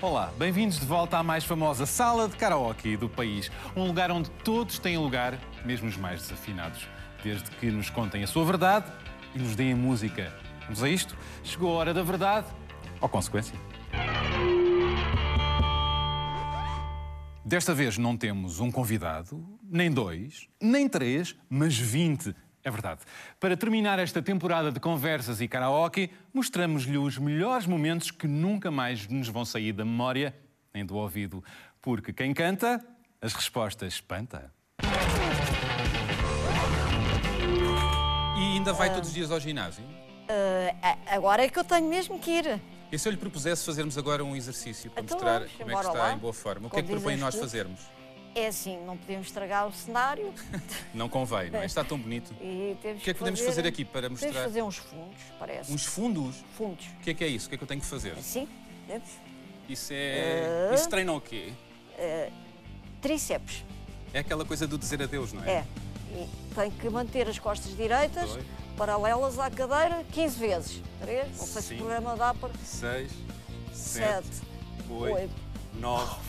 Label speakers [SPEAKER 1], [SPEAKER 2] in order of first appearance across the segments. [SPEAKER 1] Olá, bem-vindos de volta à mais famosa sala de karaoke do país. Um lugar onde todos têm lugar, mesmo os mais desafinados. Desde que nos contem a sua verdade e nos deem música. Vamos a isto? Chegou a hora da verdade ou consequência? Desta vez não temos um convidado, nem dois, nem três, mas vinte. É verdade. Para terminar esta temporada de conversas e karaoke, mostramos-lhe os melhores momentos que nunca mais nos vão sair da memória nem do ouvido. Porque quem canta, as respostas espanta.
[SPEAKER 2] E ainda vai todos os dias ao ginásio?
[SPEAKER 3] A- Agora é que eu tenho mesmo que ir.
[SPEAKER 2] E se eu lhe propusesse fazermos agora um exercício para
[SPEAKER 3] Então
[SPEAKER 2] mostrar
[SPEAKER 3] vamos,
[SPEAKER 2] como é que
[SPEAKER 3] embora
[SPEAKER 2] está
[SPEAKER 3] lá.
[SPEAKER 2] em boa forma? O que é que
[SPEAKER 3] Como
[SPEAKER 2] propõem
[SPEAKER 3] dizem
[SPEAKER 2] nós
[SPEAKER 3] os clubes.
[SPEAKER 2] fazermos?
[SPEAKER 3] É assim, não podemos estragar o cenário
[SPEAKER 2] Não convém, não é? Está tão bonito.
[SPEAKER 3] e temos
[SPEAKER 2] O que é que podemos fazer aqui para
[SPEAKER 3] Podemos
[SPEAKER 2] mostrar?
[SPEAKER 3] fazer uns fundos, parece.
[SPEAKER 2] Uns fundos?
[SPEAKER 3] fundos.
[SPEAKER 2] O que é que é isso? O que é que eu tenho que fazer?
[SPEAKER 3] Assim, né?
[SPEAKER 2] Isso é. Isso treina o quê?
[SPEAKER 3] ah, tríceps.
[SPEAKER 2] É aquela coisa do dizer adeus, não é?
[SPEAKER 3] É. E tem que manter as costas direitas
[SPEAKER 2] Dois.
[SPEAKER 3] paralelas à cadeira 15 vezes. 3, não sei se
[SPEAKER 2] Sim.
[SPEAKER 3] o programa dá para.
[SPEAKER 2] Seis,
[SPEAKER 3] 7,
[SPEAKER 2] sete, oito,
[SPEAKER 3] oito,
[SPEAKER 2] nove,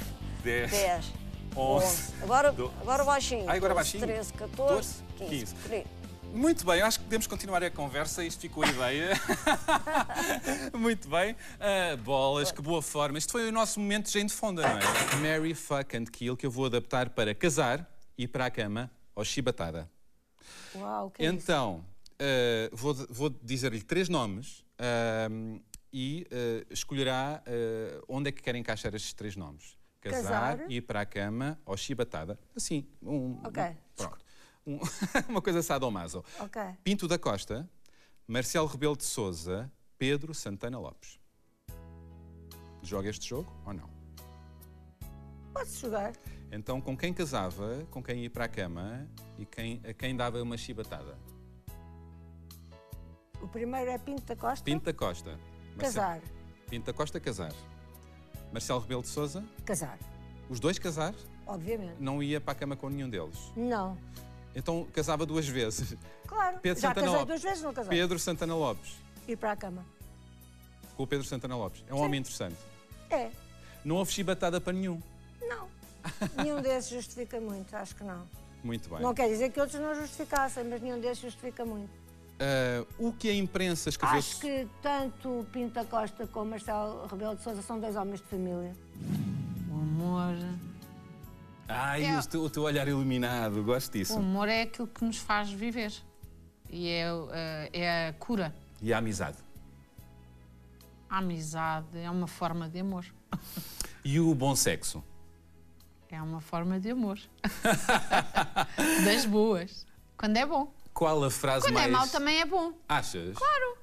[SPEAKER 2] dez,
[SPEAKER 3] 10,
[SPEAKER 2] onze.
[SPEAKER 3] 11. Agora,
[SPEAKER 2] doze.
[SPEAKER 3] agora baixinho.
[SPEAKER 2] Ah, agora
[SPEAKER 3] 12,
[SPEAKER 2] baixinho?
[SPEAKER 3] 13, 14, 15.
[SPEAKER 2] 15.
[SPEAKER 3] Por aí.
[SPEAKER 2] Muito bem, acho que podemos continuar a conversa, isto ficou a ideia. Muito bem. Ah, bolas, que boa forma. Isto foi o nosso momento de gente fonda, não é? Mary Fuck and Kill, que eu vou adaptar para casar e para a cama, ou chibatada.
[SPEAKER 3] Uau, que é
[SPEAKER 2] Então, ah, vou, vou dizer-lhe três nomes ah, e ah, escolherá ah, onde é que quer encaixar estes três nomes. Casar,
[SPEAKER 3] Casar.
[SPEAKER 2] ir para a cama ou chibatada. Assim, um...
[SPEAKER 3] Ok.
[SPEAKER 2] um- pronto. Um- uma coisa sadomaso.
[SPEAKER 3] Ok.
[SPEAKER 2] Pinto da Costa, Marcelo Rebelo de Souza, Pedro Santana Lopes. Joga este jogo ou não?
[SPEAKER 3] Posso jogar?
[SPEAKER 2] Então, com quem casava, com quem ia para a cama e quem, a quem dava uma chibatada?
[SPEAKER 3] O primeiro é Pinto da Costa.
[SPEAKER 2] Pinto da Costa. Marcelo- Pinto da Costa, casar. Marcelo Rebelo de Souza,
[SPEAKER 3] Casar,
[SPEAKER 2] os dois casar,
[SPEAKER 3] obviamente.
[SPEAKER 2] não ia para a cama com nenhum deles.
[SPEAKER 3] Não.
[SPEAKER 2] Então, casava duas vezes.
[SPEAKER 3] Claro.
[SPEAKER 2] Pedro
[SPEAKER 3] já
[SPEAKER 2] Santana
[SPEAKER 3] casei
[SPEAKER 2] Lopes.
[SPEAKER 3] duas vezes, não casei.
[SPEAKER 2] Pedro Santana Lopes.
[SPEAKER 3] Ir para a cama.
[SPEAKER 2] Com o Pedro Santana Lopes. É um homem interessante.
[SPEAKER 3] É.
[SPEAKER 2] Não houve chibatada para nenhum.
[SPEAKER 3] Não. Nenhum desses justifica muito, acho que não.
[SPEAKER 2] Muito bem.
[SPEAKER 3] Não quer dizer que outros não justificassem, mas nenhum desses justifica muito.
[SPEAKER 2] Ah, o que a imprensa escreveu.
[SPEAKER 3] Acho que tanto o Pinto da Costa como o Marcelo Rebelo de Sousa são dois homens de família.
[SPEAKER 4] O amor.
[SPEAKER 2] Ai,
[SPEAKER 4] É.
[SPEAKER 2] o, teu, o teu olhar iluminado, gosto
[SPEAKER 4] O
[SPEAKER 2] disso.
[SPEAKER 4] amor é aquilo que nos faz viver. E é, uh, é a cura.
[SPEAKER 2] E a amizade.
[SPEAKER 4] A amizade é uma forma de amor.
[SPEAKER 2] E o bom sexo.
[SPEAKER 4] É uma forma de amor. das boas. Quando é bom.
[SPEAKER 2] Qual a frase
[SPEAKER 4] Quando
[SPEAKER 2] mais.
[SPEAKER 4] é mau também é bom.
[SPEAKER 2] Achas?
[SPEAKER 4] Claro.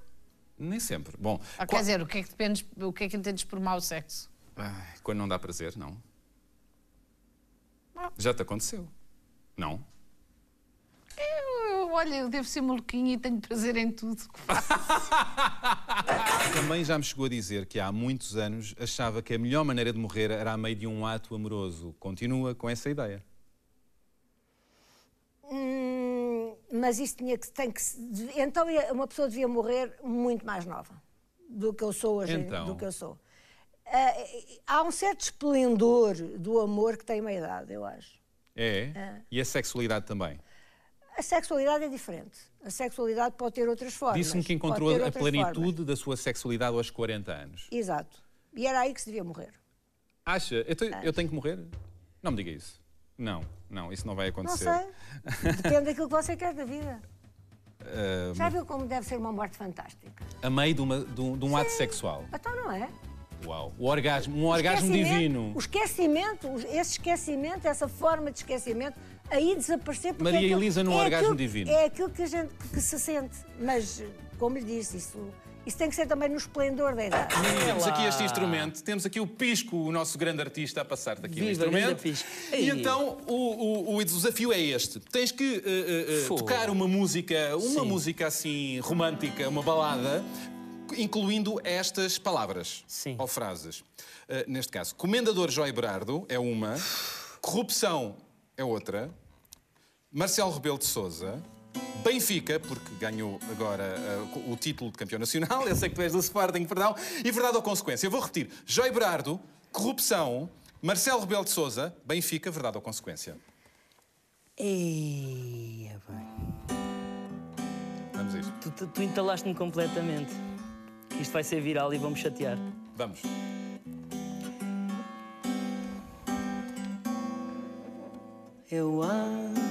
[SPEAKER 2] Nem sempre. Bom,
[SPEAKER 4] Ah, Quer
[SPEAKER 2] qual-
[SPEAKER 4] dizer, o que é que, dependes, o que é que entendes por mau sexo?
[SPEAKER 2] Ai, quando não dá prazer, não.
[SPEAKER 5] Ah.
[SPEAKER 2] Já te aconteceu? Não?
[SPEAKER 4] Eu, eu, olha, eu devo ser maluquinha e tenho prazer em tudo. que faço.
[SPEAKER 2] Também já me chegou a dizer que há muitos anos achava que a melhor maneira de morrer era a meio de um ato amoroso. Continua com essa ideia.
[SPEAKER 5] Hum, mas isso tinha que, tem que se- dev- então ia- uma pessoa devia morrer muito mais nova do que eu sou hoje em-
[SPEAKER 2] Então.
[SPEAKER 5] do que eu sou Ah, e- há um certo esplendor do amor que tem uma idade eu acho
[SPEAKER 2] É?
[SPEAKER 5] Ah.
[SPEAKER 2] E a sexualidade também.
[SPEAKER 5] a sexualidade é diferente a sexualidade pode ter outras formas
[SPEAKER 2] Disse-me que
[SPEAKER 5] pode
[SPEAKER 2] encontrou
[SPEAKER 5] ter
[SPEAKER 2] a
[SPEAKER 5] outras formas.
[SPEAKER 2] plenitude da sua sexualidade aos 40 anos.
[SPEAKER 5] exato e era aí que se devia morrer
[SPEAKER 2] Acha? Eu, te- eu tenho que morrer? Não me diga isso. Não, não, isso não vai
[SPEAKER 5] não
[SPEAKER 2] acontecer.
[SPEAKER 5] sei depende daquilo que você quer da vida
[SPEAKER 2] Ah,
[SPEAKER 5] já viu como deve ser uma morte fantástica
[SPEAKER 2] a meio de, uma- de um, de um ato sexual.
[SPEAKER 5] então não é
[SPEAKER 2] Uau. O orgasmo, um orgasmo
[SPEAKER 5] Esquecimento,
[SPEAKER 2] divino.
[SPEAKER 5] O esquecimento, os- esse esquecimento, essa forma de esquecimento, aí desaparecer porque
[SPEAKER 2] Maria
[SPEAKER 5] é aquilo-
[SPEAKER 2] Elisa num
[SPEAKER 5] é
[SPEAKER 2] orgasmo
[SPEAKER 5] aquilo-
[SPEAKER 2] divino.
[SPEAKER 5] É aquilo que a gente que- que se sente. Mas, como lhe disse, isso, isso tem que ser também no esplendor da idade.
[SPEAKER 2] Temos aqui este instrumento, temos aqui o Pisco, o nosso grande artista, a passar daqui o
[SPEAKER 6] Viva,
[SPEAKER 2] instrumento.
[SPEAKER 6] grande Pisco.
[SPEAKER 2] E
[SPEAKER 6] Ei.
[SPEAKER 2] então o, o- o desafio é este: tens que eh, eh, eh,
[SPEAKER 6] Fogo.
[SPEAKER 2] tocar uma música, uma música assim romântica, uma balada, incluindo estas palavras
[SPEAKER 6] Sim.
[SPEAKER 2] ou frases. Eh, neste caso, Comendador Joy Berardo é uma, Corrupção é outra, Marcelo Rebelo de Souza. Benfica, porque ganhou agora ah, o título de campeão nacional, eu sei que tu és do Sporting, perdão, e verdade ou consequência, eu vou repetir, Joy Berardo, Corrupção. Marcelo Rebelo de Souza, Benfica, verdade ou consequência?
[SPEAKER 6] Eia, bem.
[SPEAKER 2] Vamos a isto.
[SPEAKER 6] Tu, tu, tu entalaste-me completamente. Isto vai ser viral e vamos chatear.
[SPEAKER 2] Vamos.
[SPEAKER 6] Eu ando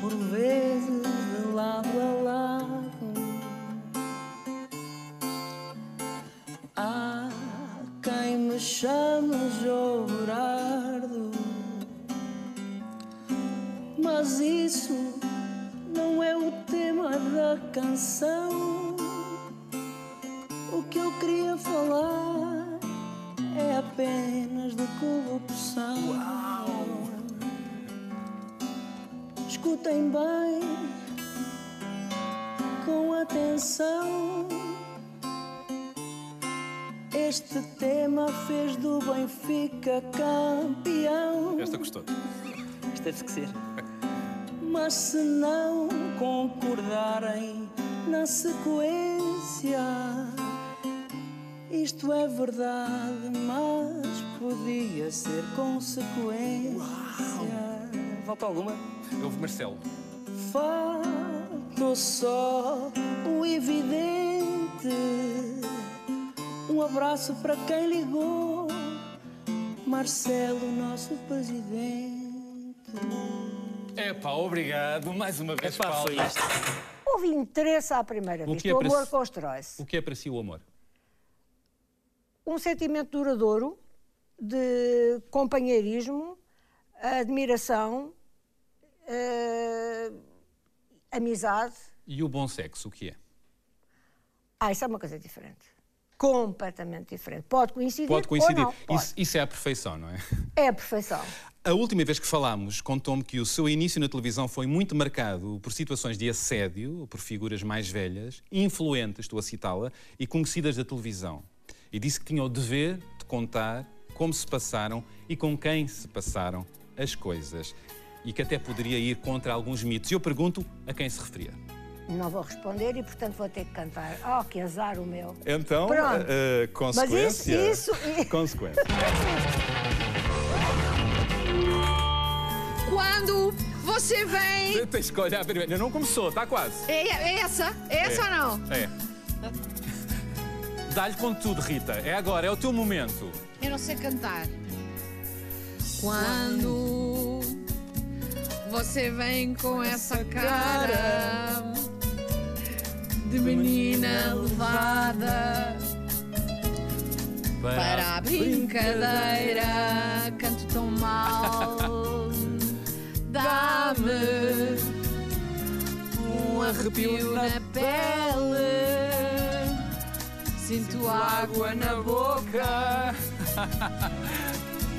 [SPEAKER 6] por vezes de lado a lado. Há quem me chame Jobrardo, mas isso não é o tema da canção. O que eu queria falar é apenas de corrupção. Escutem bem, com atenção. Este tema fez do Benfica campeão.
[SPEAKER 2] Esta gostou.
[SPEAKER 6] Isto deve que ser. Mas se não concordarem na sequência, isto é verdade, mas podia ser consequência. Falta alguma?
[SPEAKER 2] Eu vou Marcelo.
[SPEAKER 6] Falta só o evidente. Um abraço para quem ligou, Marcelo, nosso presidente.
[SPEAKER 1] É pá, obrigado mais uma vez, Paulo.
[SPEAKER 5] Houve interesse à primeira
[SPEAKER 2] O que
[SPEAKER 5] vista.
[SPEAKER 2] é
[SPEAKER 5] O
[SPEAKER 2] para
[SPEAKER 5] amor
[SPEAKER 2] se-
[SPEAKER 5] constrói-se.
[SPEAKER 2] O que é para si o amor?
[SPEAKER 5] Um sentimento duradouro de companheirismo, admiração, eh, amizade.
[SPEAKER 2] E o bom sexo, o que é?
[SPEAKER 5] Ah, isso é uma coisa diferente. Completamente diferente. Pode coincidir,
[SPEAKER 2] Pode coincidir.
[SPEAKER 5] ou não. Pode.
[SPEAKER 2] Isso, isso é a perfeição, não é?
[SPEAKER 5] É a perfeição.
[SPEAKER 2] A última vez que falámos, contou-me que o seu início na televisão foi muito marcado por situações de assédio por figuras mais velhas, influentes, estou a citá-la, e conhecidas da televisão. E disse que tinha o dever de contar como se passaram e com quem se passaram as coisas. E que até poderia ir contra alguns mitos. E eu pergunto a quem se referia.
[SPEAKER 5] Não vou responder e, portanto, vou ter que cantar. Oh, que azar o meu.
[SPEAKER 2] Então,
[SPEAKER 5] Pronto.
[SPEAKER 2] eh, consequência.
[SPEAKER 5] Mas isso- isso-
[SPEAKER 2] Consequência.
[SPEAKER 4] Quando você vem.
[SPEAKER 2] Tens que olhar primeiro. Não começou, está quase.
[SPEAKER 4] É, é essa? É essa ou não?
[SPEAKER 2] É. Dá-lhe com tudo, Rita. É agora, é o teu momento.
[SPEAKER 4] Eu não sei cantar. Quando você vem com essa cara de menina levada para a brincadeira, canto tão mal. Dá-me um arrepio na pele, sinto água na boca.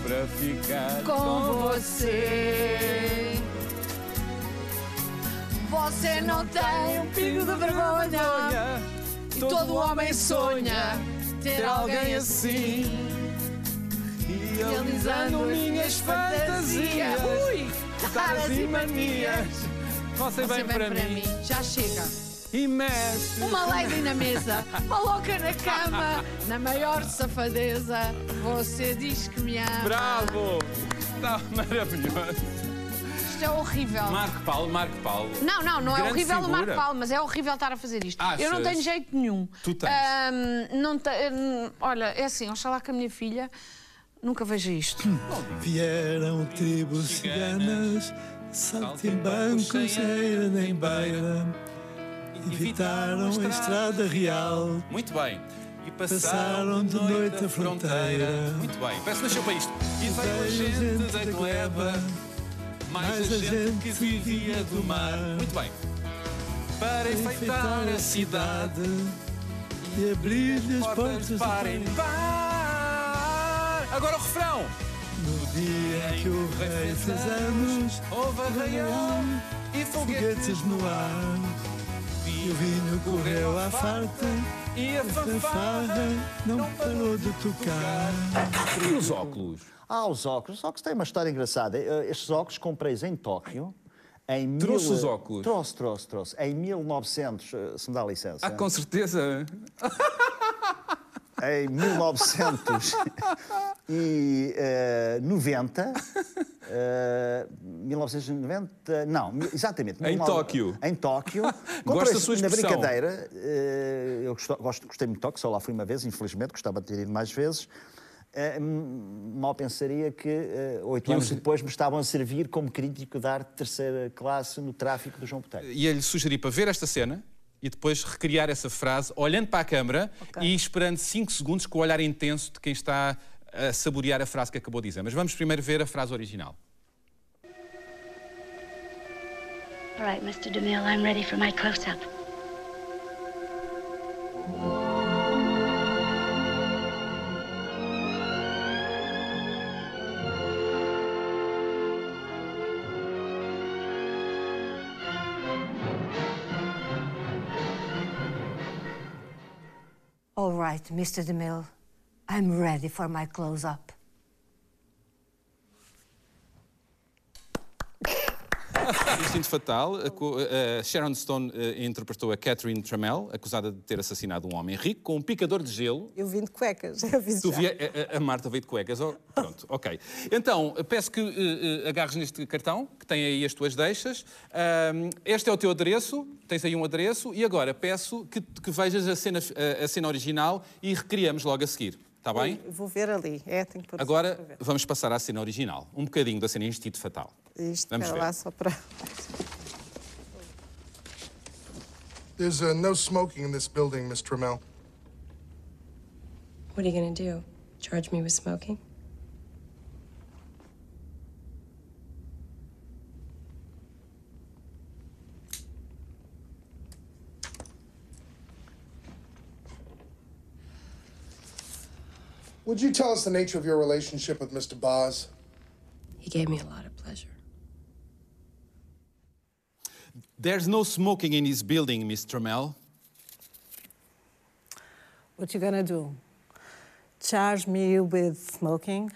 [SPEAKER 2] Para ficar
[SPEAKER 4] com você. Você não tem um pingo de vergonha. E todo homem sonha ter alguém assim. Realizando minhas fantasias, taras e manias.
[SPEAKER 2] Você
[SPEAKER 4] Você
[SPEAKER 2] vem para mim
[SPEAKER 4] já chega.
[SPEAKER 2] e mexe.
[SPEAKER 4] Uma lady na mesa, uma louca na cama, na maior safadeza. Você diz que me ama.
[SPEAKER 2] Bravo! Está maravilhoso.
[SPEAKER 4] Isto é horrível.
[SPEAKER 2] Marco Paulo, Marco Paulo.
[SPEAKER 4] Não, não, não é
[SPEAKER 2] Grande
[SPEAKER 4] horrível o Marco
[SPEAKER 2] figura.
[SPEAKER 4] Paulo, mas é horrível estar a fazer isto.
[SPEAKER 2] Achas?
[SPEAKER 4] Eu não tenho jeito nenhum.
[SPEAKER 2] Tu tens.
[SPEAKER 4] Ah. Ahm, não te- hum, olha, é assim, oxalá que a minha filha nunca veja isto.
[SPEAKER 2] Hum.
[SPEAKER 7] Vieram tribos ciganas, saltimbancos cheira nem baila, evitaram a estrada real.
[SPEAKER 2] Muito bem. E
[SPEAKER 7] Passaram de noite a fronteira.
[SPEAKER 2] Muito bem. Parece que nasceu um para isto. E veio a
[SPEAKER 7] veio
[SPEAKER 2] gente da gleba, mais a gente que vivia do mar. Muito bem. Para enfeitar a cidade,
[SPEAKER 7] e abrir-lhe as
[SPEAKER 2] portas
[SPEAKER 7] portas
[SPEAKER 2] para
[SPEAKER 7] do país.
[SPEAKER 2] entrar. Agora o refrão.
[SPEAKER 7] No dia em que o rei fez anos,
[SPEAKER 2] Houve arraial e foguetes
[SPEAKER 7] foguetes no ar, e o vinho correu à farta,
[SPEAKER 2] e a
[SPEAKER 7] a farra
[SPEAKER 2] fanfarra.
[SPEAKER 7] não parou de tocar.
[SPEAKER 2] E os óculos?
[SPEAKER 8] Ah, os óculos. Os óculos têm uma história engraçada. Eh, Estes óculos comprei em Tóquio. Em
[SPEAKER 2] Trouxe
[SPEAKER 8] mil-
[SPEAKER 2] os óculos?
[SPEAKER 8] Trouxe, trouxe, trouxe. Em 1900, eh, se me dá licença.
[SPEAKER 2] Ah, com certeza.
[SPEAKER 8] Em 1900. e eh, 90. eh, 1990, não, exatamente.
[SPEAKER 2] Em Tóquio.
[SPEAKER 8] Em Tóquio.
[SPEAKER 2] Gosto da
[SPEAKER 8] Comprei
[SPEAKER 2] sua
[SPEAKER 8] Na
[SPEAKER 2] expressão.
[SPEAKER 8] brincadeira, eh, eu gosto, gosto- gostei muito de Tóquio, só lá fui uma vez, infelizmente, gostava de ter ido mais vezes. Eh, hum, mal pensaria que eh, oito anos depois me estavam a servir como crítico de arte de terceira classe no tráfico do João Botelho.
[SPEAKER 2] Ia-lhe sugerir para ver esta cena e depois recriar essa frase, olhando para a câmara e esperando 5 segundos com o olhar intenso de quem está a saborear a frase que acabou de dizer. Mas vamos primeiro ver a frase original.
[SPEAKER 9] All right, Mr. DeMille, I'm ready for my close up.
[SPEAKER 5] All right, Mr. DeMille, I'm ready for my close-up.
[SPEAKER 2] Instinto Fatal, a co- a- a Sharon Stone eh, interpretou a Catherine Trammell, acusada de ter assassinado um homem rico com um picador de gelo.
[SPEAKER 10] Eu vim de cuecas. Eu fiz
[SPEAKER 2] Tu
[SPEAKER 10] já.
[SPEAKER 2] via, a, a- a Marta veio de cuecas. oh, pronto, ok. Então, peço que eh, eh, agarres neste cartão, que tem aí as tuas deixas. Ahm, este é o teu adereço, tens aí um adereço. E agora peço que, que vejas a cena, a, a cena original e recriamos logo a seguir. Está bem?
[SPEAKER 10] Vou ver ali. É, tenho que pôr
[SPEAKER 2] Agora
[SPEAKER 10] para ver.
[SPEAKER 2] vamos passar à cena original. Um bocadinho da cena Instinto Fatal.
[SPEAKER 10] Isto,
[SPEAKER 2] vamos
[SPEAKER 10] espera
[SPEAKER 2] ver.
[SPEAKER 10] lá, só para...
[SPEAKER 11] There's uh, no smoking in this building, Miss Trammell.
[SPEAKER 9] What are you gonna do? Charge me with smoking?
[SPEAKER 11] Would you tell us the nature of your relationship with Mr. Boz?
[SPEAKER 9] He gave me a lot of pleasure.
[SPEAKER 2] There's no smoking in this building, Miss Trammell.
[SPEAKER 10] What you gonna do? Charge me with smoking?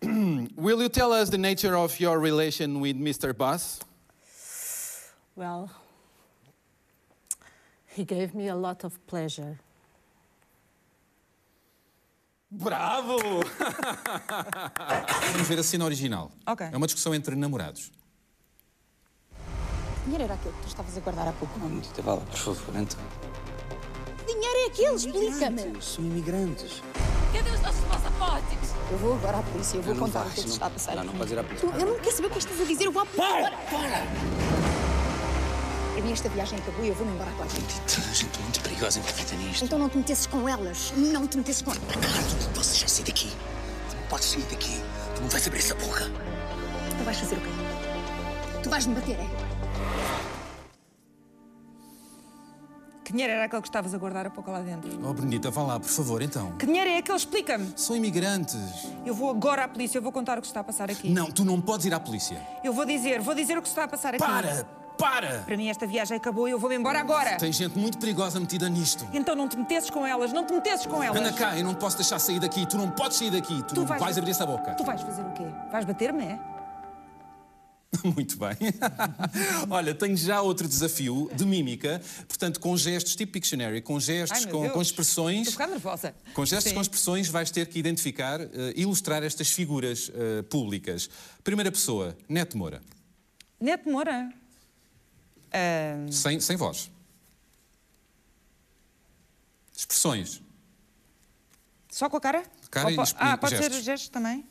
[SPEAKER 2] Will you tell us the nature of your relation with Mr. Boss?
[SPEAKER 10] Well, he gave me a lot of pleasure.
[SPEAKER 2] Bravo! Vamos ver a cena original.
[SPEAKER 10] Ok.
[SPEAKER 2] É uma discussão entre namorados.
[SPEAKER 9] um Dinheiro era aquele que tu estavas a guardar há pouco. é?
[SPEAKER 12] Maldita bala, por favor, então.
[SPEAKER 9] Dinheiro é aquele, explica-me.
[SPEAKER 12] São imigrantes.
[SPEAKER 9] Cadê os nossos passaportes? Eu vou agora à polícia, eu vou contar o que é que se está a passar.
[SPEAKER 12] Não, não vais ir à polícia.
[SPEAKER 9] Tu- eu não quero saber o que estás a dizer, eu vou à Para! Para mim esta viagem acabou e eu vou-me embora com a gente.
[SPEAKER 12] Toda a gente é muito perigosa envolvida nisto.
[SPEAKER 9] Então não te metesses com elas, não te metesses com elas.
[SPEAKER 12] Carlos, posso já sair daqui? Tu não podes sair daqui. Tu não vais abrir essa boca.
[SPEAKER 9] Tu vais fazer o quê? Tu vais me bater, é?
[SPEAKER 10] Que dinheiro era aquele que estavas a guardar há pouco lá dentro?
[SPEAKER 2] Oh, Benedita, vá lá, por favor, então.
[SPEAKER 10] Que dinheiro é aquele? Explica-me.
[SPEAKER 2] São imigrantes.
[SPEAKER 10] Eu vou agora à polícia, eu vou contar o que se está a passar aqui.
[SPEAKER 2] Não, tu não podes ir à polícia.
[SPEAKER 10] Eu vou dizer, vou dizer o que se está a passar aqui.
[SPEAKER 2] Para! Para!
[SPEAKER 10] Para mim esta viagem acabou e eu vou-me embora agora.
[SPEAKER 2] Tem gente muito perigosa metida nisto.
[SPEAKER 10] Então não te metesses com elas, não te metesses com elas.
[SPEAKER 2] Anda cá, eu não posso deixar sair daqui. Tu não podes sair daqui. Tu, não vais... abrir essa boca.
[SPEAKER 10] Tu vais fazer o quê? Vais bater-me, é?
[SPEAKER 2] Muito bem. Olha, tenho já outro desafio de mímica. Portanto, com gestos tipo Pictionary, com
[SPEAKER 10] Ai,
[SPEAKER 2] gestos,
[SPEAKER 10] meu
[SPEAKER 2] com,
[SPEAKER 10] Deus.
[SPEAKER 2] com expressões...
[SPEAKER 10] Estou a ficar nervosa.
[SPEAKER 2] É Com gestos,
[SPEAKER 10] Sim.
[SPEAKER 2] com expressões, vais ter que identificar, eh, ilustrar estas figuras eh, públicas. Primeira pessoa, Neto Moura,
[SPEAKER 10] Neto Moura. Ah,
[SPEAKER 2] sem, sem voz. Expressões.
[SPEAKER 10] só com a cara?
[SPEAKER 2] Cara
[SPEAKER 10] Ou
[SPEAKER 2] e
[SPEAKER 10] po-
[SPEAKER 2] os-
[SPEAKER 10] ah,
[SPEAKER 2] e
[SPEAKER 10] pode ser
[SPEAKER 2] gestos.
[SPEAKER 10] os gestos também?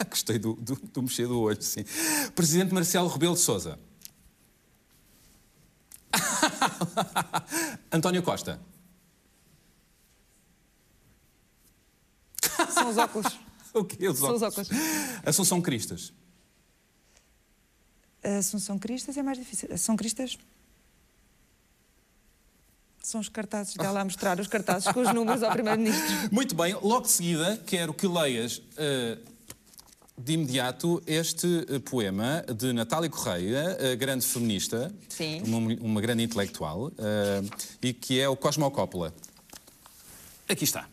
[SPEAKER 2] Ah, Gostei do, do, do mexer do olho, sim. Presidente Marcelo Rebelo de Souza. António Costa.
[SPEAKER 10] São os óculos.
[SPEAKER 2] O quê? Os
[SPEAKER 10] São os
[SPEAKER 2] óculos.
[SPEAKER 10] óculos.
[SPEAKER 2] Assunção Cristas.
[SPEAKER 10] Assunção Cristas é mais difícil. São Cristas? São os cartazes dela a mostrar os cartazes com os números ao Primeiro-Ministro.
[SPEAKER 2] Muito bem, logo de seguida quero que leias eh, de imediato este eh, poema de Natália Correia, eh, grande feminista,
[SPEAKER 10] Sim.
[SPEAKER 2] Uma, mu- uma grande intelectual, eh, e que é o Cosmocópula. Aqui está.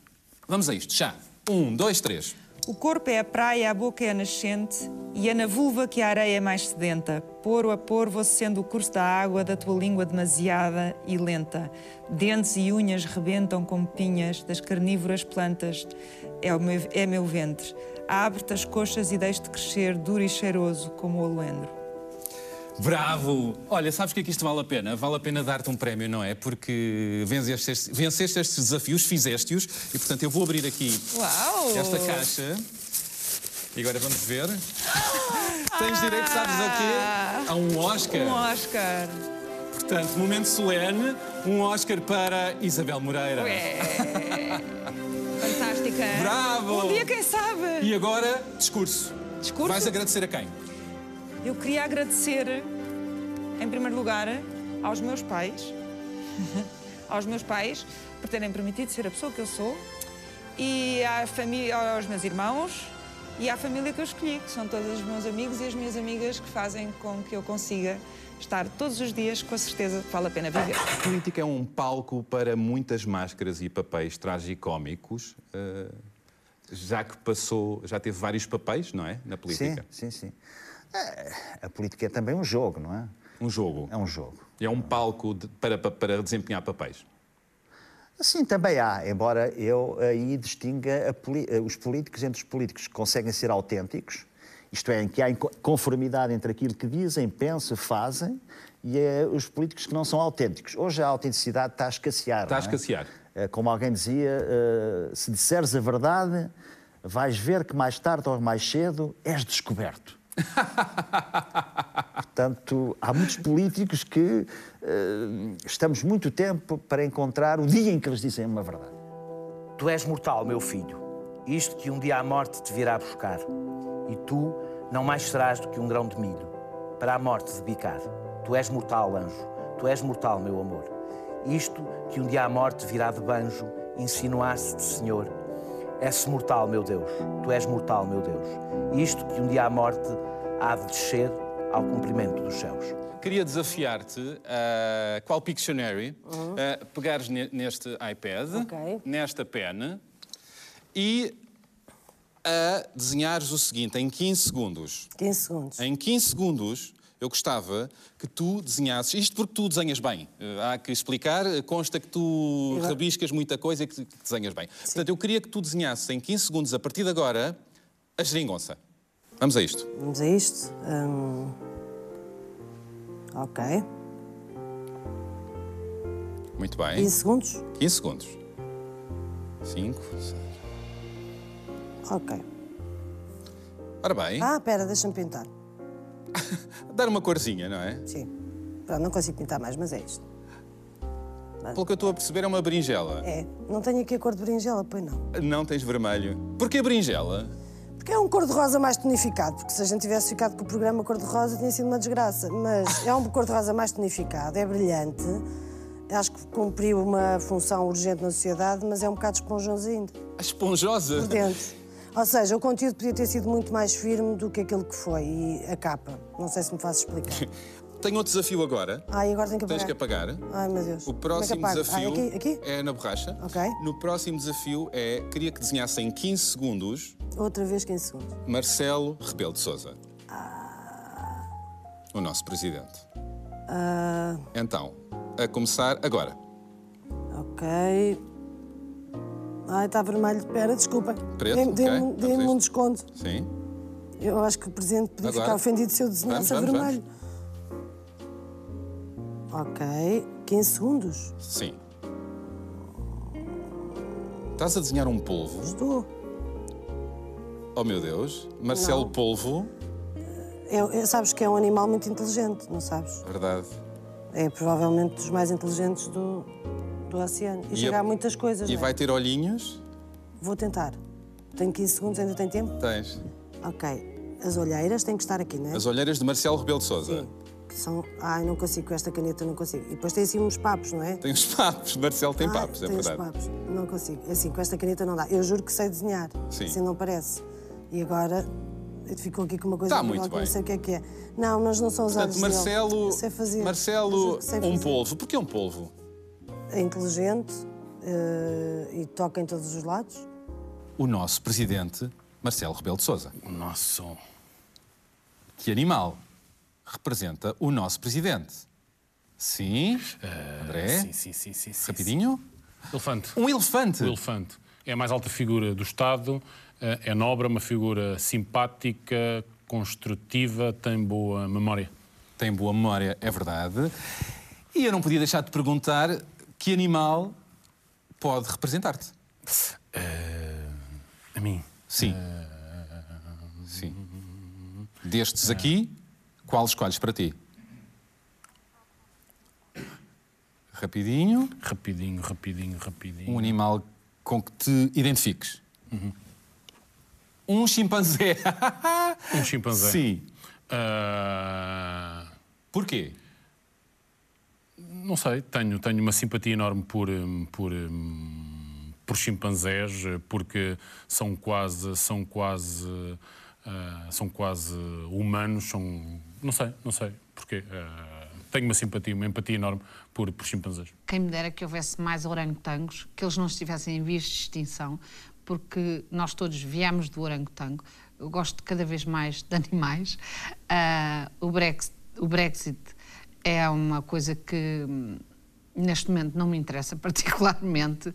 [SPEAKER 2] Vamos a isto, já. Um, dois, três.
[SPEAKER 10] O corpo é a praia, a boca é a nascente, e é na vulva que a areia é mais sedenta. Poro a poro vou sendo o curso da água da tua língua demasiada e lenta. Dentes e unhas rebentam como pinhas das carnívoras plantas. É, o meu, é meu ventre. Abre-te as coxas e deixo-te crescer duro e cheiroso como o alendro.
[SPEAKER 2] Bravo! Olha, sabes o que é que isto vale a pena? Vale a pena dar-te um prémio, não é? Porque venceste, estes- venceste estes desafios, fizeste-os, e portanto eu vou abrir aqui
[SPEAKER 10] Uau!
[SPEAKER 2] esta caixa. E agora vamos ver. Tens direito, sabes a quê? A um Oscar.
[SPEAKER 10] Um Oscar!
[SPEAKER 2] Portanto, momento solene, um Oscar para Isabel Moreira.
[SPEAKER 10] Ué. Fantástica!
[SPEAKER 2] Bravo!
[SPEAKER 10] Um dia, quem sabe?
[SPEAKER 2] E agora, discurso.
[SPEAKER 10] Discurso?
[SPEAKER 2] Vais agradecer a quem?
[SPEAKER 10] Eu queria agradecer, em primeiro lugar, aos meus pais, aos meus pais por terem permitido ser a pessoa que eu sou, e à família, aos meus irmãos e à família que eu escolhi, que são todos os meus amigos e as minhas amigas que fazem com que eu consiga estar todos os dias com a certeza de que vale a pena viver.
[SPEAKER 2] A política é um palco para muitas máscaras e papéis tragicómicos, eh, já que passou, já teve vários papéis, não é? Na política.
[SPEAKER 8] Sim, sim, sim. A política é também um jogo, não é?
[SPEAKER 2] Um jogo.
[SPEAKER 8] É um jogo.
[SPEAKER 2] É um palco de- para, pa- para desempenhar papéis.
[SPEAKER 8] Sim, também há, embora eu aí distinga a poli- eh, os políticos entre os políticos que conseguem ser autênticos, isto é, em que há inco- conformidade entre aquilo que dizem, pensam, fazem, e eh, os políticos que não são autênticos. Hoje a autenticidade está a escassear.
[SPEAKER 2] Está a
[SPEAKER 8] não é?
[SPEAKER 2] escassear.
[SPEAKER 8] Eh, Como alguém dizia, eh, se disseres a verdade, vais ver que mais tarde ou mais cedo és descoberto.
[SPEAKER 2] Ah.
[SPEAKER 8] Portanto, há muitos políticos que eh, estamos muito tempo para encontrar o dia em que eles dizem uma verdade.
[SPEAKER 13] Tu és mortal, meu filho. Isto que um dia a morte te virá buscar. E tu não mais serás do que um grão de milho, para a morte debicar. Tu és mortal, anjo. Tu és mortal, meu amor. Isto que um dia a morte virá de banjo, insinuar-se de senhor. És mortal, meu Deus. Tu és mortal, meu Deus. Isto que um dia a morte há de descer ao cumprimento dos céus.
[SPEAKER 2] Queria desafiar-te, ah, qual Pictionary, ah, pegares ne- neste iPad, nesta pena e a desenhares o seguinte em 15 segundos.
[SPEAKER 14] 15 segundos.
[SPEAKER 2] Em 15 segundos, eu gostava que tu desenhasses. Isto porque tu desenhas bem. Eh, Há que explicar, eh, consta que tu
[SPEAKER 14] Eu-
[SPEAKER 2] rabiscas muita coisa e que que desenhas bem. Portanto, eu queria que tu desenhasses em 15 segundos, a partir de agora, a geringonça. Vamos a isto.
[SPEAKER 14] Vamos a isto. Hum, Ok.
[SPEAKER 2] Muito bem.
[SPEAKER 14] 15 segundos?
[SPEAKER 2] 15 segundos. 5.
[SPEAKER 14] Ok.
[SPEAKER 2] Ora bem,
[SPEAKER 14] Ah, pera, deixa-me pintar.
[SPEAKER 2] dar uma corzinha, não é?
[SPEAKER 14] Sim. Pronto, não consigo pintar mais, mas é isto.
[SPEAKER 2] Pelo que eu estou a perceber, é uma berinjela.
[SPEAKER 14] É. Não tenho aqui a cor de berinjela, pois não.
[SPEAKER 2] Não tens vermelho. Porquê berinjela?
[SPEAKER 14] Porque é um cor-de-rosa mais tonificado, porque se a gente tivesse ficado com o programa cor-de-rosa tinha sido uma desgraça. Mas é um cor-de-rosa mais tonificado, é brilhante. Acho que cumpriu uma função urgente na sociedade, mas é um bocado esponjãozinho.
[SPEAKER 2] A esponjosa.
[SPEAKER 14] por dentro. Ou seja, o conteúdo podia ter sido muito mais firme do que aquele que foi e a capa. Não sei se me faço explicar.
[SPEAKER 2] Tenho outro desafio agora.
[SPEAKER 14] Ai, agora Ah, tenho que apagar.
[SPEAKER 2] Tens que apagar.
[SPEAKER 14] Ai, meu Deus.
[SPEAKER 2] O
[SPEAKER 14] Como é que
[SPEAKER 2] próximo
[SPEAKER 14] apago?
[SPEAKER 2] desafio
[SPEAKER 14] Ai, aqui, aqui?
[SPEAKER 2] é na borracha.
[SPEAKER 14] Ok.
[SPEAKER 2] No próximo desafio é, queria que desenhasse em 15 segundos
[SPEAKER 14] Outra vez 15 segundos.
[SPEAKER 2] Marcelo Rebelo de Sousa. O nosso presidente.
[SPEAKER 14] Ah,
[SPEAKER 2] Então, a começar agora.
[SPEAKER 14] ok. Ai, está vermelho. Espera, desculpa.
[SPEAKER 2] Preto,
[SPEAKER 14] Dê-me dê-me-
[SPEAKER 2] ok,
[SPEAKER 14] dê-me
[SPEAKER 2] vamos a
[SPEAKER 14] um desconto.
[SPEAKER 2] Sim.
[SPEAKER 14] Eu acho que o presidente podia
[SPEAKER 2] Agora.
[SPEAKER 14] ficar ofendido se eu desenhasse a
[SPEAKER 2] Vamos, vamos,
[SPEAKER 14] vermelho. Ok. 15 segundos.
[SPEAKER 2] Sim. Estás a desenhar um polvo?
[SPEAKER 14] Estou.
[SPEAKER 2] Oh meu Deus. Marcelo
[SPEAKER 14] Não.
[SPEAKER 2] Polvo.
[SPEAKER 14] É- é- sabes que é um animal muito inteligente, não sabes?
[SPEAKER 2] Verdade.
[SPEAKER 14] É provavelmente dos mais inteligentes do, do oceano. E,
[SPEAKER 2] E
[SPEAKER 14] chega
[SPEAKER 2] a-
[SPEAKER 14] a muitas coisas,
[SPEAKER 2] E
[SPEAKER 14] não é?
[SPEAKER 2] vai ter olhinhos?
[SPEAKER 14] Vou tentar. Tenho 15 segundos, ainda tem tempo?
[SPEAKER 2] Tens.
[SPEAKER 14] Ok. As olheiras têm que estar aqui, não é?
[SPEAKER 2] As olheiras de Marcelo Rebelo de Sousa.
[SPEAKER 14] Que são... Ai, não consigo, com esta caneta não consigo. E depois tem assim uns papos, não é?
[SPEAKER 2] Tem os papos. Marcelo tem
[SPEAKER 14] Ai,
[SPEAKER 2] papos, é
[SPEAKER 14] Ah, tem os
[SPEAKER 2] verdade.
[SPEAKER 14] papos. Não consigo. Assim, com esta caneta não dá. Eu juro que sei desenhar.
[SPEAKER 2] Sim.
[SPEAKER 14] Assim não parece. E agora ficou aqui com uma coisa
[SPEAKER 2] Tá
[SPEAKER 14] que
[SPEAKER 2] muito
[SPEAKER 14] eu não
[SPEAKER 2] bem.
[SPEAKER 14] sei o que é que é. Não, mas não são os
[SPEAKER 2] Portanto,
[SPEAKER 14] olhos dele.
[SPEAKER 2] Marcelo.
[SPEAKER 14] Eu sei fazer. Eu juro
[SPEAKER 2] Marcelo,
[SPEAKER 14] que sei
[SPEAKER 2] um
[SPEAKER 14] fazer.
[SPEAKER 2] polvo. Porquê um polvo?
[SPEAKER 14] É inteligente eh, e toca em todos os lados.
[SPEAKER 2] O nosso presidente, Marcelo Rebelo de Sousa. O nosso som. Que animal representa o nosso presidente? Sim, André?
[SPEAKER 15] Eh, sim, sim, sim, sim, sim.
[SPEAKER 2] Rapidinho?
[SPEAKER 15] Elefante.
[SPEAKER 2] Um elefante?
[SPEAKER 15] O elefante. É a mais alta figura do Estado, eh, é nobre, é uma figura simpática, construtiva, tem boa memória.
[SPEAKER 2] Tem boa memória, é verdade. E eu não podia deixar de perguntar que animal pode representar-te?
[SPEAKER 15] Eh, a mim? Eh,
[SPEAKER 2] Sim. Sim. Destes aqui, qual escolhes para ti? Rapidinho.
[SPEAKER 15] Rapidinho, rapidinho, rapidinho. Uhum.
[SPEAKER 2] Um animal com que te identifiques. Um chimpanzé.
[SPEAKER 15] Um chimpanzé.
[SPEAKER 2] Sim.
[SPEAKER 15] Porquê? Não sei, tenho, tenho uma simpatia enorme por, hum, por, hum, por chimpanzés, eh, porque são quase, são quase, ah, são quase humanos, são, não sei, não sei porquê. Ah, tenho uma simpatia, uma empatia enorme por, por chimpanzés.
[SPEAKER 16] Quem me dera que houvesse mais orangotangos, que eles não estivessem em vias de extinção, porque nós todos viemos do orangotango. Eu gosto cada vez mais de animais. Ah, o, Brexit, o Brexit é uma coisa que hum, neste momento não me interessa particularmente.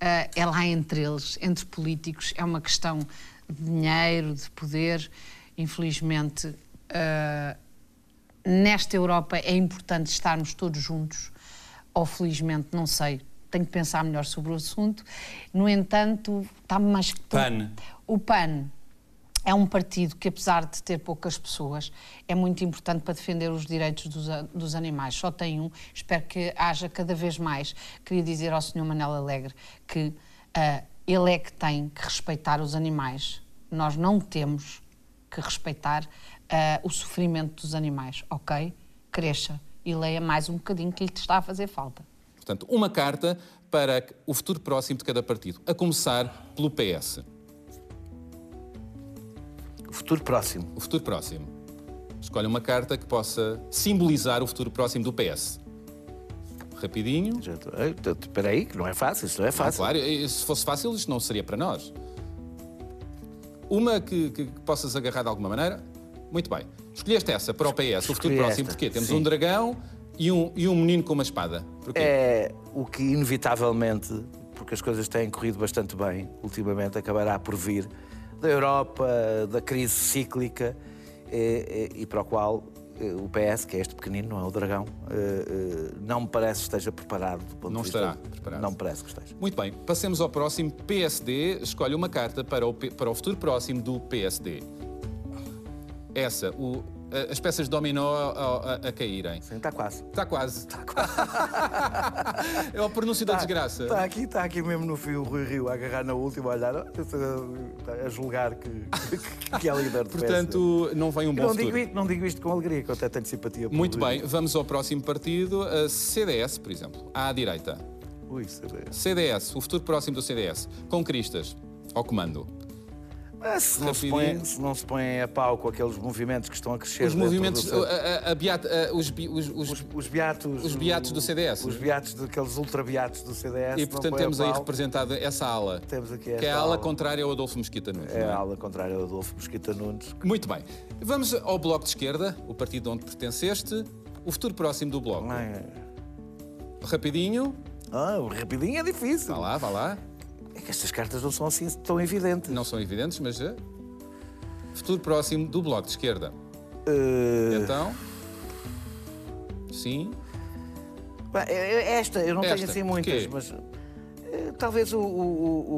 [SPEAKER 16] Ah, é lá entre eles, entre políticos, é uma questão de dinheiro, de poder. Infelizmente, ah, nesta Europa é importante estarmos todos juntos, ou felizmente, não sei, tenho que pensar melhor sobre o assunto. No entanto, está-me mais.
[SPEAKER 2] PAN.
[SPEAKER 16] O PAN é um partido que, apesar de ter poucas pessoas, é muito importante para defender os direitos dos, a- dos animais. Só tem um, espero que haja cada vez mais. Queria dizer ao Sr. Manel Alegre que ah, ele é que tem que respeitar os animais. Nós não temos que respeitar ah, o sofrimento dos animais, ok? Cresça e leia mais um bocadinho que lhe está a fazer falta.
[SPEAKER 2] Portanto, uma carta para o futuro próximo de cada partido, a começar pelo PS.
[SPEAKER 13] O futuro próximo.
[SPEAKER 2] O futuro próximo. Escolha uma carta que possa simbolizar o futuro próximo do PS. Rapidinho.
[SPEAKER 13] Espera aí, que não é fácil, isto não é fácil.
[SPEAKER 2] claro, e se fosse fácil, isto não seria para nós. Uma que, que possas agarrar de alguma maneira? Muito bem. Escolheste essa para o PS, o futuro
[SPEAKER 13] Escolhi
[SPEAKER 2] próximo,
[SPEAKER 13] esta,
[SPEAKER 2] porquê? Temos
[SPEAKER 13] sim.
[SPEAKER 2] um dragão e um, e um menino com uma espada. Porquê?
[SPEAKER 13] É o que, inevitavelmente, porque as coisas têm corrido bastante bem ultimamente, acabará por vir da Europa, da crise cíclica eh, eh, e para o qual eh, o PS, que é este pequenino, não é o dragão, eh, eh, não me parece que esteja preparado do ponto
[SPEAKER 2] Não
[SPEAKER 13] de vista.
[SPEAKER 2] estará preparado.
[SPEAKER 13] Não me parece que esteja.
[SPEAKER 2] Muito bem, passemos ao próximo. PSD escolhe uma carta para o, P- para o futuro próximo do PSD. Essa, o- a- as peças de dominó a, a- a caírem. Sim,
[SPEAKER 13] está tá quase. Tá
[SPEAKER 2] Está quase. é o pronúncio da desgraça.
[SPEAKER 13] Está Tá, aqui, está aqui mesmo no fio o Rui Rio a agarrar na última, a olhar, tá, a julgar que, que é líder do
[SPEAKER 2] Portanto, não vem um bom
[SPEAKER 13] não
[SPEAKER 2] futuro.
[SPEAKER 13] digo, isto, não digo isto com alegria, que eu até tenho simpatia por
[SPEAKER 2] Muito bem, vamos ao próximo partido, a CDS, por exemplo, à direita.
[SPEAKER 13] Ui, CDS.
[SPEAKER 2] CDS, o futuro próximo do CDS. Conquistas, ao comando.
[SPEAKER 13] Ah, se, não se põem, se não se põem a pau com aqueles movimentos que estão a crescer.
[SPEAKER 2] Os
[SPEAKER 13] dentro
[SPEAKER 2] movimentos,
[SPEAKER 13] do-
[SPEAKER 2] a- a- a beata- a- os, bi- os, os,
[SPEAKER 13] os beatos.
[SPEAKER 2] Os beatos do CDS.
[SPEAKER 13] Os beatos, daqueles ultra-beatos do CDS.
[SPEAKER 2] E
[SPEAKER 13] não
[SPEAKER 2] portanto
[SPEAKER 13] põem a
[SPEAKER 2] temos aí
[SPEAKER 13] pau.
[SPEAKER 2] representada essa ala.
[SPEAKER 13] Temos aqui
[SPEAKER 2] Que é
[SPEAKER 13] esta
[SPEAKER 2] a ala
[SPEAKER 13] ala.
[SPEAKER 2] contrária ao Adolfo Mesquita Nunes.
[SPEAKER 13] É
[SPEAKER 2] não
[SPEAKER 13] a ala contrária ao Adolfo Mosquita Nunes.
[SPEAKER 2] Muito bem. Vamos ao Bloco de Esquerda, o partido onde pertenceste, o futuro próximo do Bloco. Rapidinho.
[SPEAKER 13] é? Ah, o rapidinho é difícil.
[SPEAKER 2] Vá lá, vá lá.
[SPEAKER 13] É que estas cartas não são assim tão evidentes.
[SPEAKER 2] Não são evidentes, mas. eh, Futuro próximo do Bloco de Esquerda.
[SPEAKER 13] Eh,
[SPEAKER 2] Então. Sim.
[SPEAKER 13] pá, é- é Esta, eu não
[SPEAKER 2] Esta,
[SPEAKER 13] tenho assim muitas,
[SPEAKER 2] porquê?
[SPEAKER 13] mas. eh, Talvez o. o, o,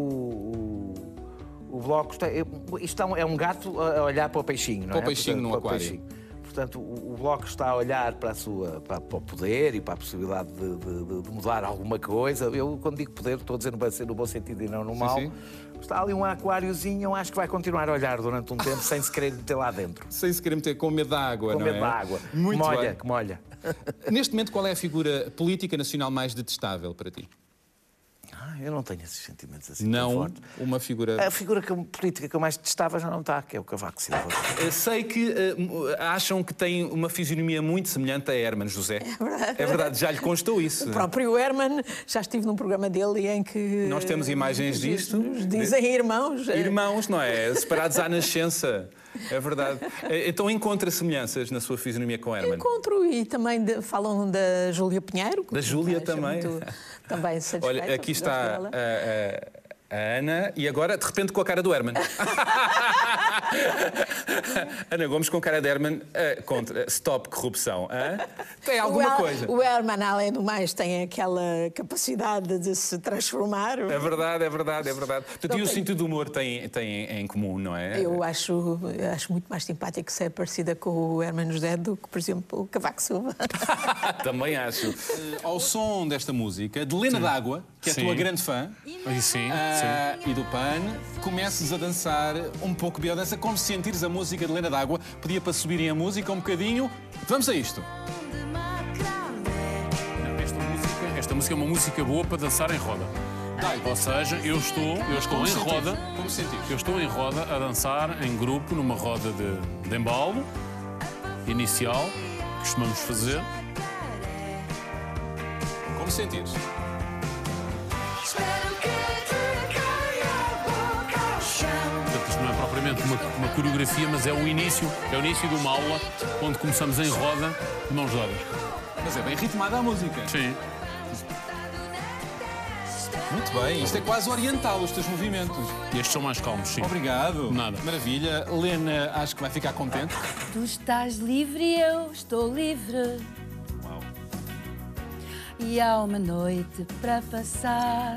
[SPEAKER 13] o, o bloco está, é- isto é um- é um gato a a olhar para o peixinho, não
[SPEAKER 2] Para o
[SPEAKER 13] é?
[SPEAKER 2] peixinho
[SPEAKER 13] Portanto,
[SPEAKER 2] no
[SPEAKER 13] para o
[SPEAKER 2] aquário.
[SPEAKER 13] Portanto, o, o Bloco está a olhar para, a sua, para, para o poder e para a possibilidade de, de- de- de mudar alguma coisa. Eu, quando digo poder, estou a dizer no bom, no bom sentido e não no mau.
[SPEAKER 2] sim.
[SPEAKER 13] Está ali um aquáriozinho, eu acho que vai continuar a olhar durante um tempo sem se querer meter lá dentro.
[SPEAKER 2] Sem se querer meter com medo da água,
[SPEAKER 13] Com
[SPEAKER 2] não
[SPEAKER 13] medo
[SPEAKER 2] é?
[SPEAKER 13] da água.
[SPEAKER 2] Muito
[SPEAKER 13] molha,
[SPEAKER 2] bem.
[SPEAKER 13] que molha.
[SPEAKER 2] Neste momento, qual é a figura política nacional mais detestável para ti?
[SPEAKER 13] Ah, eu não tenho esses sentimentos assim tão
[SPEAKER 2] Não
[SPEAKER 13] fortes.
[SPEAKER 2] uma figura.
[SPEAKER 13] A figura que eu- política que eu mais detestava já não está, que é o Cavaco Silva.
[SPEAKER 2] Eh, Sei que eh, m- acham que tem uma fisionomia muito semelhante a Herman José. É
[SPEAKER 17] verdade.
[SPEAKER 2] É verdade, já lhe constou isso.
[SPEAKER 17] O próprio Herman, já estive num programa dele em que.
[SPEAKER 2] Nós temos imagens disto.
[SPEAKER 17] Nos
[SPEAKER 2] né?
[SPEAKER 17] dizem irmãos. eh,
[SPEAKER 2] Irmãos, não é? Separados à nascença. É verdade. Eh, Então encontra semelhanças na sua fisionomia com Herman.
[SPEAKER 17] Encontro e também de- falam da Júlia Pinheiro. que
[SPEAKER 2] Da Júlia
[SPEAKER 17] me deixa
[SPEAKER 2] também.
[SPEAKER 17] muito- também satisfeita.
[SPEAKER 2] Olha, aqui
[SPEAKER 17] Tá gosto
[SPEAKER 2] está
[SPEAKER 17] dela.
[SPEAKER 2] a, a- a Ana e agora, de repente, com a cara do Herman. Ana Gomes com cara de Herman eh, contra. Stop corrupção. hã? Tem
[SPEAKER 17] o
[SPEAKER 2] alguma
[SPEAKER 17] Her-
[SPEAKER 2] coisa.
[SPEAKER 17] O Herman, além do mais, tem aquela capacidade de se transformar.
[SPEAKER 2] É verdade, é verdade, é verdade. Portanto,
[SPEAKER 17] Não
[SPEAKER 2] e o
[SPEAKER 17] tem-
[SPEAKER 2] sentido do humor tem, tem em comum, não é?
[SPEAKER 17] Eu acho, acho muito mais simpático ser parecida com o Herman José do que, por exemplo, o Cavaco Silva.
[SPEAKER 2] Também acho. Eh, ao som desta música, de Lena D'Água, que é a
[SPEAKER 15] Sim.
[SPEAKER 2] tua grande fã,
[SPEAKER 15] E sim, sim.
[SPEAKER 2] ah, e do PAN, comeces a dançar um pouco biodança, como se sentires a música de Lena D'Água. Pedia para subirem a música um bocadinho. Vamos a isto.
[SPEAKER 15] Esta música, esta música é uma música boa para dançar em roda. Tá, Ou seja, eu estou, eu estou em
[SPEAKER 2] Como sentiste?
[SPEAKER 15] roda.
[SPEAKER 2] Como sentiste?
[SPEAKER 15] Eu estou em roda a dançar em grupo numa roda de, de embalo inicial que costumamos fazer.
[SPEAKER 2] Como sentires?
[SPEAKER 15] Portanto, isto não é propriamente uma, uma coreografia, mas é o início, é o início de uma aula onde começamos em roda, de mãos dadas.
[SPEAKER 2] Mas é bem ritmada a música.
[SPEAKER 15] Sim.
[SPEAKER 2] Muito bem, isto é quase oriental, os teus movimentos.
[SPEAKER 15] E estes são mais calmos, sim.
[SPEAKER 2] Obrigado. Nada. Maravilha. Lena, acho que vai ficar contente.
[SPEAKER 18] Tu estás livre e eu estou livre. E há uma noite para passar.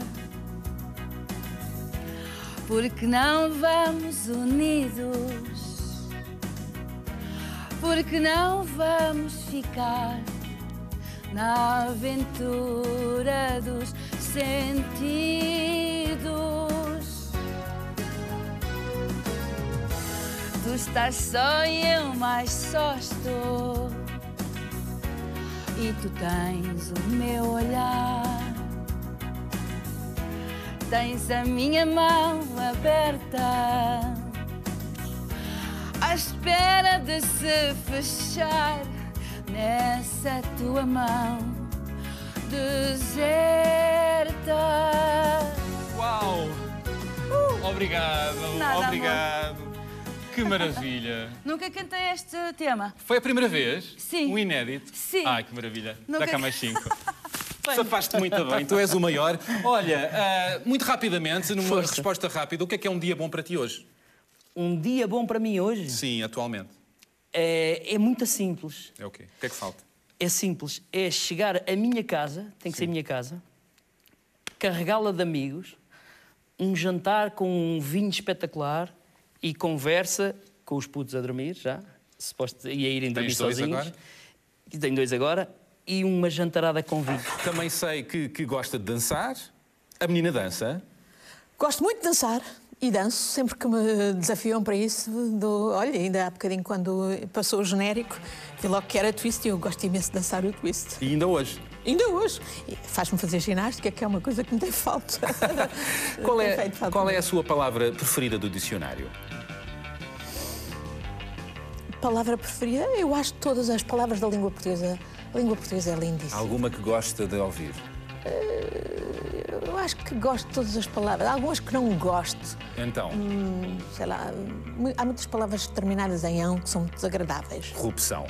[SPEAKER 18] Porque não vamos unidos? Porque não vamos ficar na aventura dos sentidos? Tu estás só e eu mais só estou. E tu tens o meu olhar. Tens a minha mão aberta. À espera de se fechar nessa tua mão deserta.
[SPEAKER 15] Uau!
[SPEAKER 18] Uh,
[SPEAKER 15] Obrigado,
[SPEAKER 18] Nada, amor.
[SPEAKER 15] obrigado. Que maravilha.
[SPEAKER 18] Nunca cantei este tema.
[SPEAKER 15] Foi a primeira vez?
[SPEAKER 18] Sim.
[SPEAKER 15] Um inédito?
[SPEAKER 18] Sim.
[SPEAKER 15] Ai, que maravilha.
[SPEAKER 18] Nunca-
[SPEAKER 15] Dá cá mais cinco.
[SPEAKER 2] Safaste muito bem, tu és o maior. Olha, ah, muito rapidamente, numa resposta rápida, o que é que é um dia bom para ti hoje?
[SPEAKER 6] Um dia bom para mim hoje
[SPEAKER 2] Sim, atualmente.
[SPEAKER 6] é, é muito simples.
[SPEAKER 2] É o quê? O que é que falta?
[SPEAKER 6] É simples. É chegar à minha casa, tem que ser a minha casa, carregá-la de amigos, um jantar com um vinho espetacular e conversa com os putos a dormir já, suposto, e a irem dormir
[SPEAKER 2] Tens dois
[SPEAKER 6] sozinhos.
[SPEAKER 2] agora?
[SPEAKER 6] E Tenho dois agora. E uma jantarada com vinho.
[SPEAKER 2] Também sei que, que gosta de dançar. A menina dança.
[SPEAKER 17] Gosto muito de dançar e danço sempre que me desafiam para isso. dou- Olha, ainda há bocadinho quando passou o genérico, vi logo que era twist e eu gosto imenso de dançar o twist.
[SPEAKER 2] E ainda hoje.
[SPEAKER 17] Ainda hoje. E Faz-me fazer ginástica, que é uma coisa que me tem falta.
[SPEAKER 2] Qual é, qual é a sua palavra preferida do dicionário?
[SPEAKER 17] Palavra preferida? Eu acho todas as palavras da língua portuguesa. A língua portuguesa é lindíssima.
[SPEAKER 2] Alguma que gosta de ouvir?
[SPEAKER 17] Eu acho que gosto de todas as palavras. Há algumas que não gosto.
[SPEAKER 2] Então,
[SPEAKER 17] Hum, sei lá, mu- há muitas palavras terminadas em ão que são muito desagradáveis.
[SPEAKER 2] corrupção.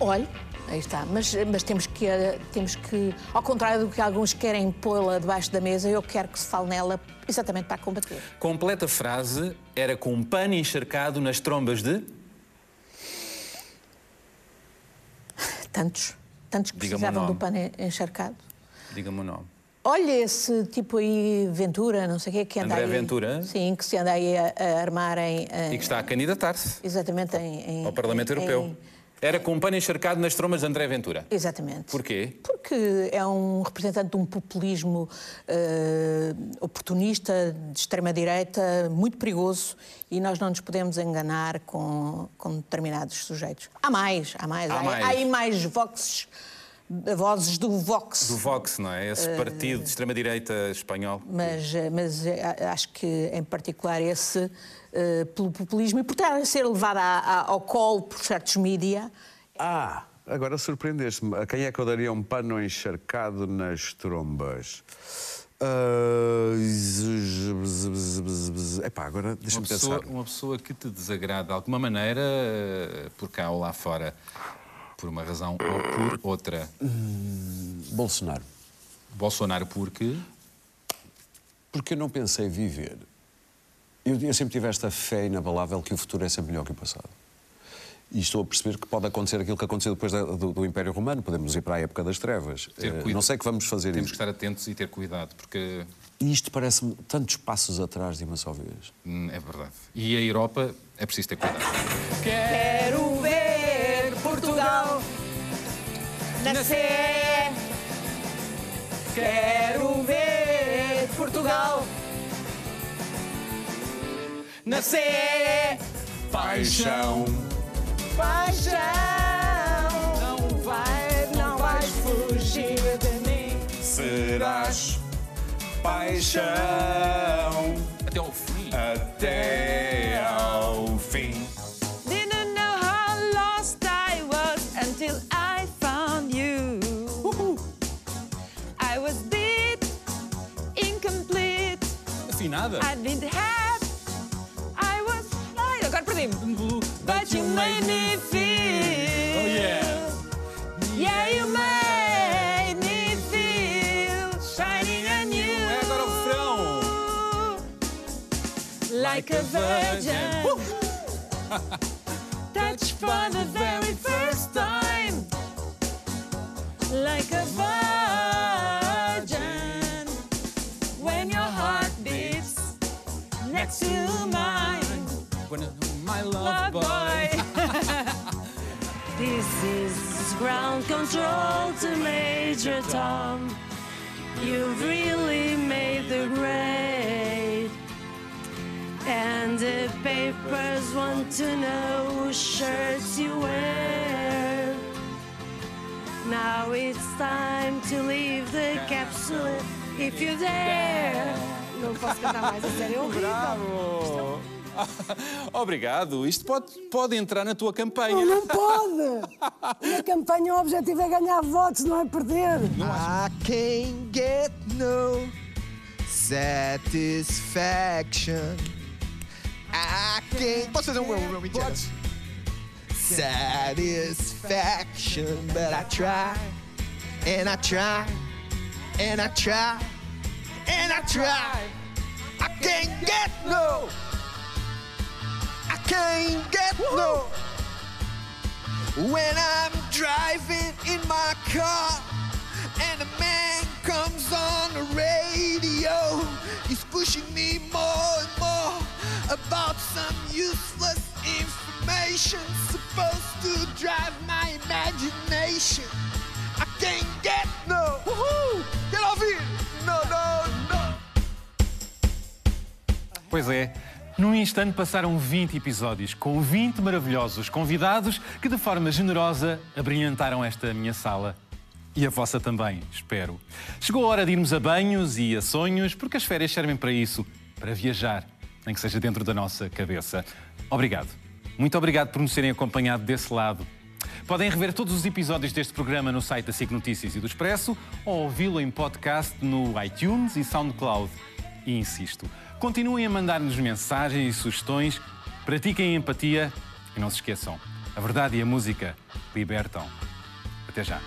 [SPEAKER 17] Olhe, aí está. Mas, mas temos, que, eh, temos que, ao contrário do que alguns querem pô-la debaixo da mesa, eu quero que se fale nela exatamente para combater.
[SPEAKER 2] Completa frase era com um pano encharcado nas trombas de.
[SPEAKER 17] Tantos, tantos que
[SPEAKER 2] Diga-me o
[SPEAKER 17] precisavam do
[SPEAKER 2] nome.
[SPEAKER 17] pano en- encharcado.
[SPEAKER 2] Diga-me o nome.
[SPEAKER 17] Olha esse tipo aí, Ventura, não sei o que é que anda
[SPEAKER 2] André
[SPEAKER 17] aí.
[SPEAKER 2] Ventura?
[SPEAKER 17] Sim, que se anda aí a, a armar em... eh,
[SPEAKER 2] E que está a candidatar-se
[SPEAKER 17] Exatamente, em... em-
[SPEAKER 2] ao Parlamento
[SPEAKER 17] em-
[SPEAKER 2] Europeu. Era com um pano encharcado nas trombas de André Ventura.
[SPEAKER 17] Exatamente.
[SPEAKER 2] Porquê?
[SPEAKER 17] Porque é um representante de um populismo eh, oportunista, de extrema-direita, muito perigoso e nós não nos podemos enganar com, com determinados sujeitos. Há mais, há mais.
[SPEAKER 2] Há mais.
[SPEAKER 17] aí mais voxes vozes do Vox.
[SPEAKER 2] Do Vox, não é? Esse
[SPEAKER 17] Eh,
[SPEAKER 2] partido de extrema-direita espanhol.
[SPEAKER 17] mas, eh, mas eh, a- acho que em particular esse eh, pelo populismo e por estar a ser levada a- a- ao colo por certos mídia.
[SPEAKER 19] Ah, agora surpreendeste-me. A quem é que eu daria um pano encharcado nas trombas? Ah, zzz, zzz, zzz, zzz. Epá, agora
[SPEAKER 2] Uma
[SPEAKER 19] deixa-me
[SPEAKER 2] pessoa,
[SPEAKER 19] pensar.
[SPEAKER 2] uma pessoa que te desagrada de alguma maneira, eh, por cá ou lá fora, por uma razão ou por outra.
[SPEAKER 7] Bolsonaro.
[SPEAKER 2] Bolsonaro porque?
[SPEAKER 7] Porque eu não pensei viver. Eu, eu sempre tive esta fé inabalável que o futuro é sempre melhor que o passado. E estou a perceber que pode acontecer aquilo que aconteceu depois da- do, do Império Romano. Podemos ir para a época das trevas.
[SPEAKER 2] Ter
[SPEAKER 7] Eh,
[SPEAKER 2] cuidado.
[SPEAKER 7] não sei que vamos fazer
[SPEAKER 2] Temos
[SPEAKER 7] isso.
[SPEAKER 2] que estar atentos e ter cuidado, porque
[SPEAKER 7] E isto parece-me tantos passos atrás de uma só vez.
[SPEAKER 2] hum, é verdade. E a Europa é preciso ter cuidado.
[SPEAKER 4] Quero ver Portugal nascer. Quero ver Portugal nascer.
[SPEAKER 7] Paixão.
[SPEAKER 4] Paixão, não vai, não vais fugir de mim.
[SPEAKER 7] Serás paixão
[SPEAKER 2] até ao fim.
[SPEAKER 7] Até ao fim.
[SPEAKER 4] Didn't know how lost I was until I found you. I was deep, incomplete.
[SPEAKER 2] Afinada.
[SPEAKER 4] I didn't have. I was. Ai, agora perdi-me.
[SPEAKER 2] Um
[SPEAKER 4] But you made me feel.
[SPEAKER 2] Oh, yeah.
[SPEAKER 4] Yeah, you made me feel shining and new. É agora o Like a virgin. Touched for the very first time. Like a virgin. When your heart beats next to mine.
[SPEAKER 2] My
[SPEAKER 4] love boy. this is ground control to Major Tom. You really made the grade. And the papers want to know whose shirts you wear. Now it's time to leave the capsule if you dare. Não posso cantar mais, a sério, é horrível.
[SPEAKER 14] é
[SPEAKER 2] Bravo!
[SPEAKER 14] um
[SPEAKER 2] Obrigado. Isto pode, pode entrar na tua campanha.
[SPEAKER 14] Não pode! Na campanha o objetivo é ganhar votos, não é perder.
[SPEAKER 12] I can't get no satisfaction. I can't. Posso fazer um Romeo and Juliet? Satisfaction, but I try and I try and I try and I try. I can't get no. I can't get no. When I'm driving in my car and a man comes on the radio, he's pushing me more and more about some useless information supposed to drive my imagination. I can't get no. Woohoo! Get off here! No, no, no!
[SPEAKER 1] Pois é, num instante passaram 20 episódios com 20 maravilhosos convidados que, de forma generosa, abrilhantaram esta minha sala. E a vossa também, espero. Chegou a hora de irmos a banhos e a sonhos, porque as férias servem para isso para viajar, nem que seja dentro da nossa cabeça. Obrigado. Muito obrigado por nos terem acompanhado desse lado. Podem rever todos os episódios deste programa no site da SIC Notícias e do Expresso ou ouvi-lo em podcast no iTunes e SoundCloud. E insisto, continuem a mandar-nos mensagens e sugestões, pratiquem a empatia e não se esqueçam, a verdade e a música libertam. Até já.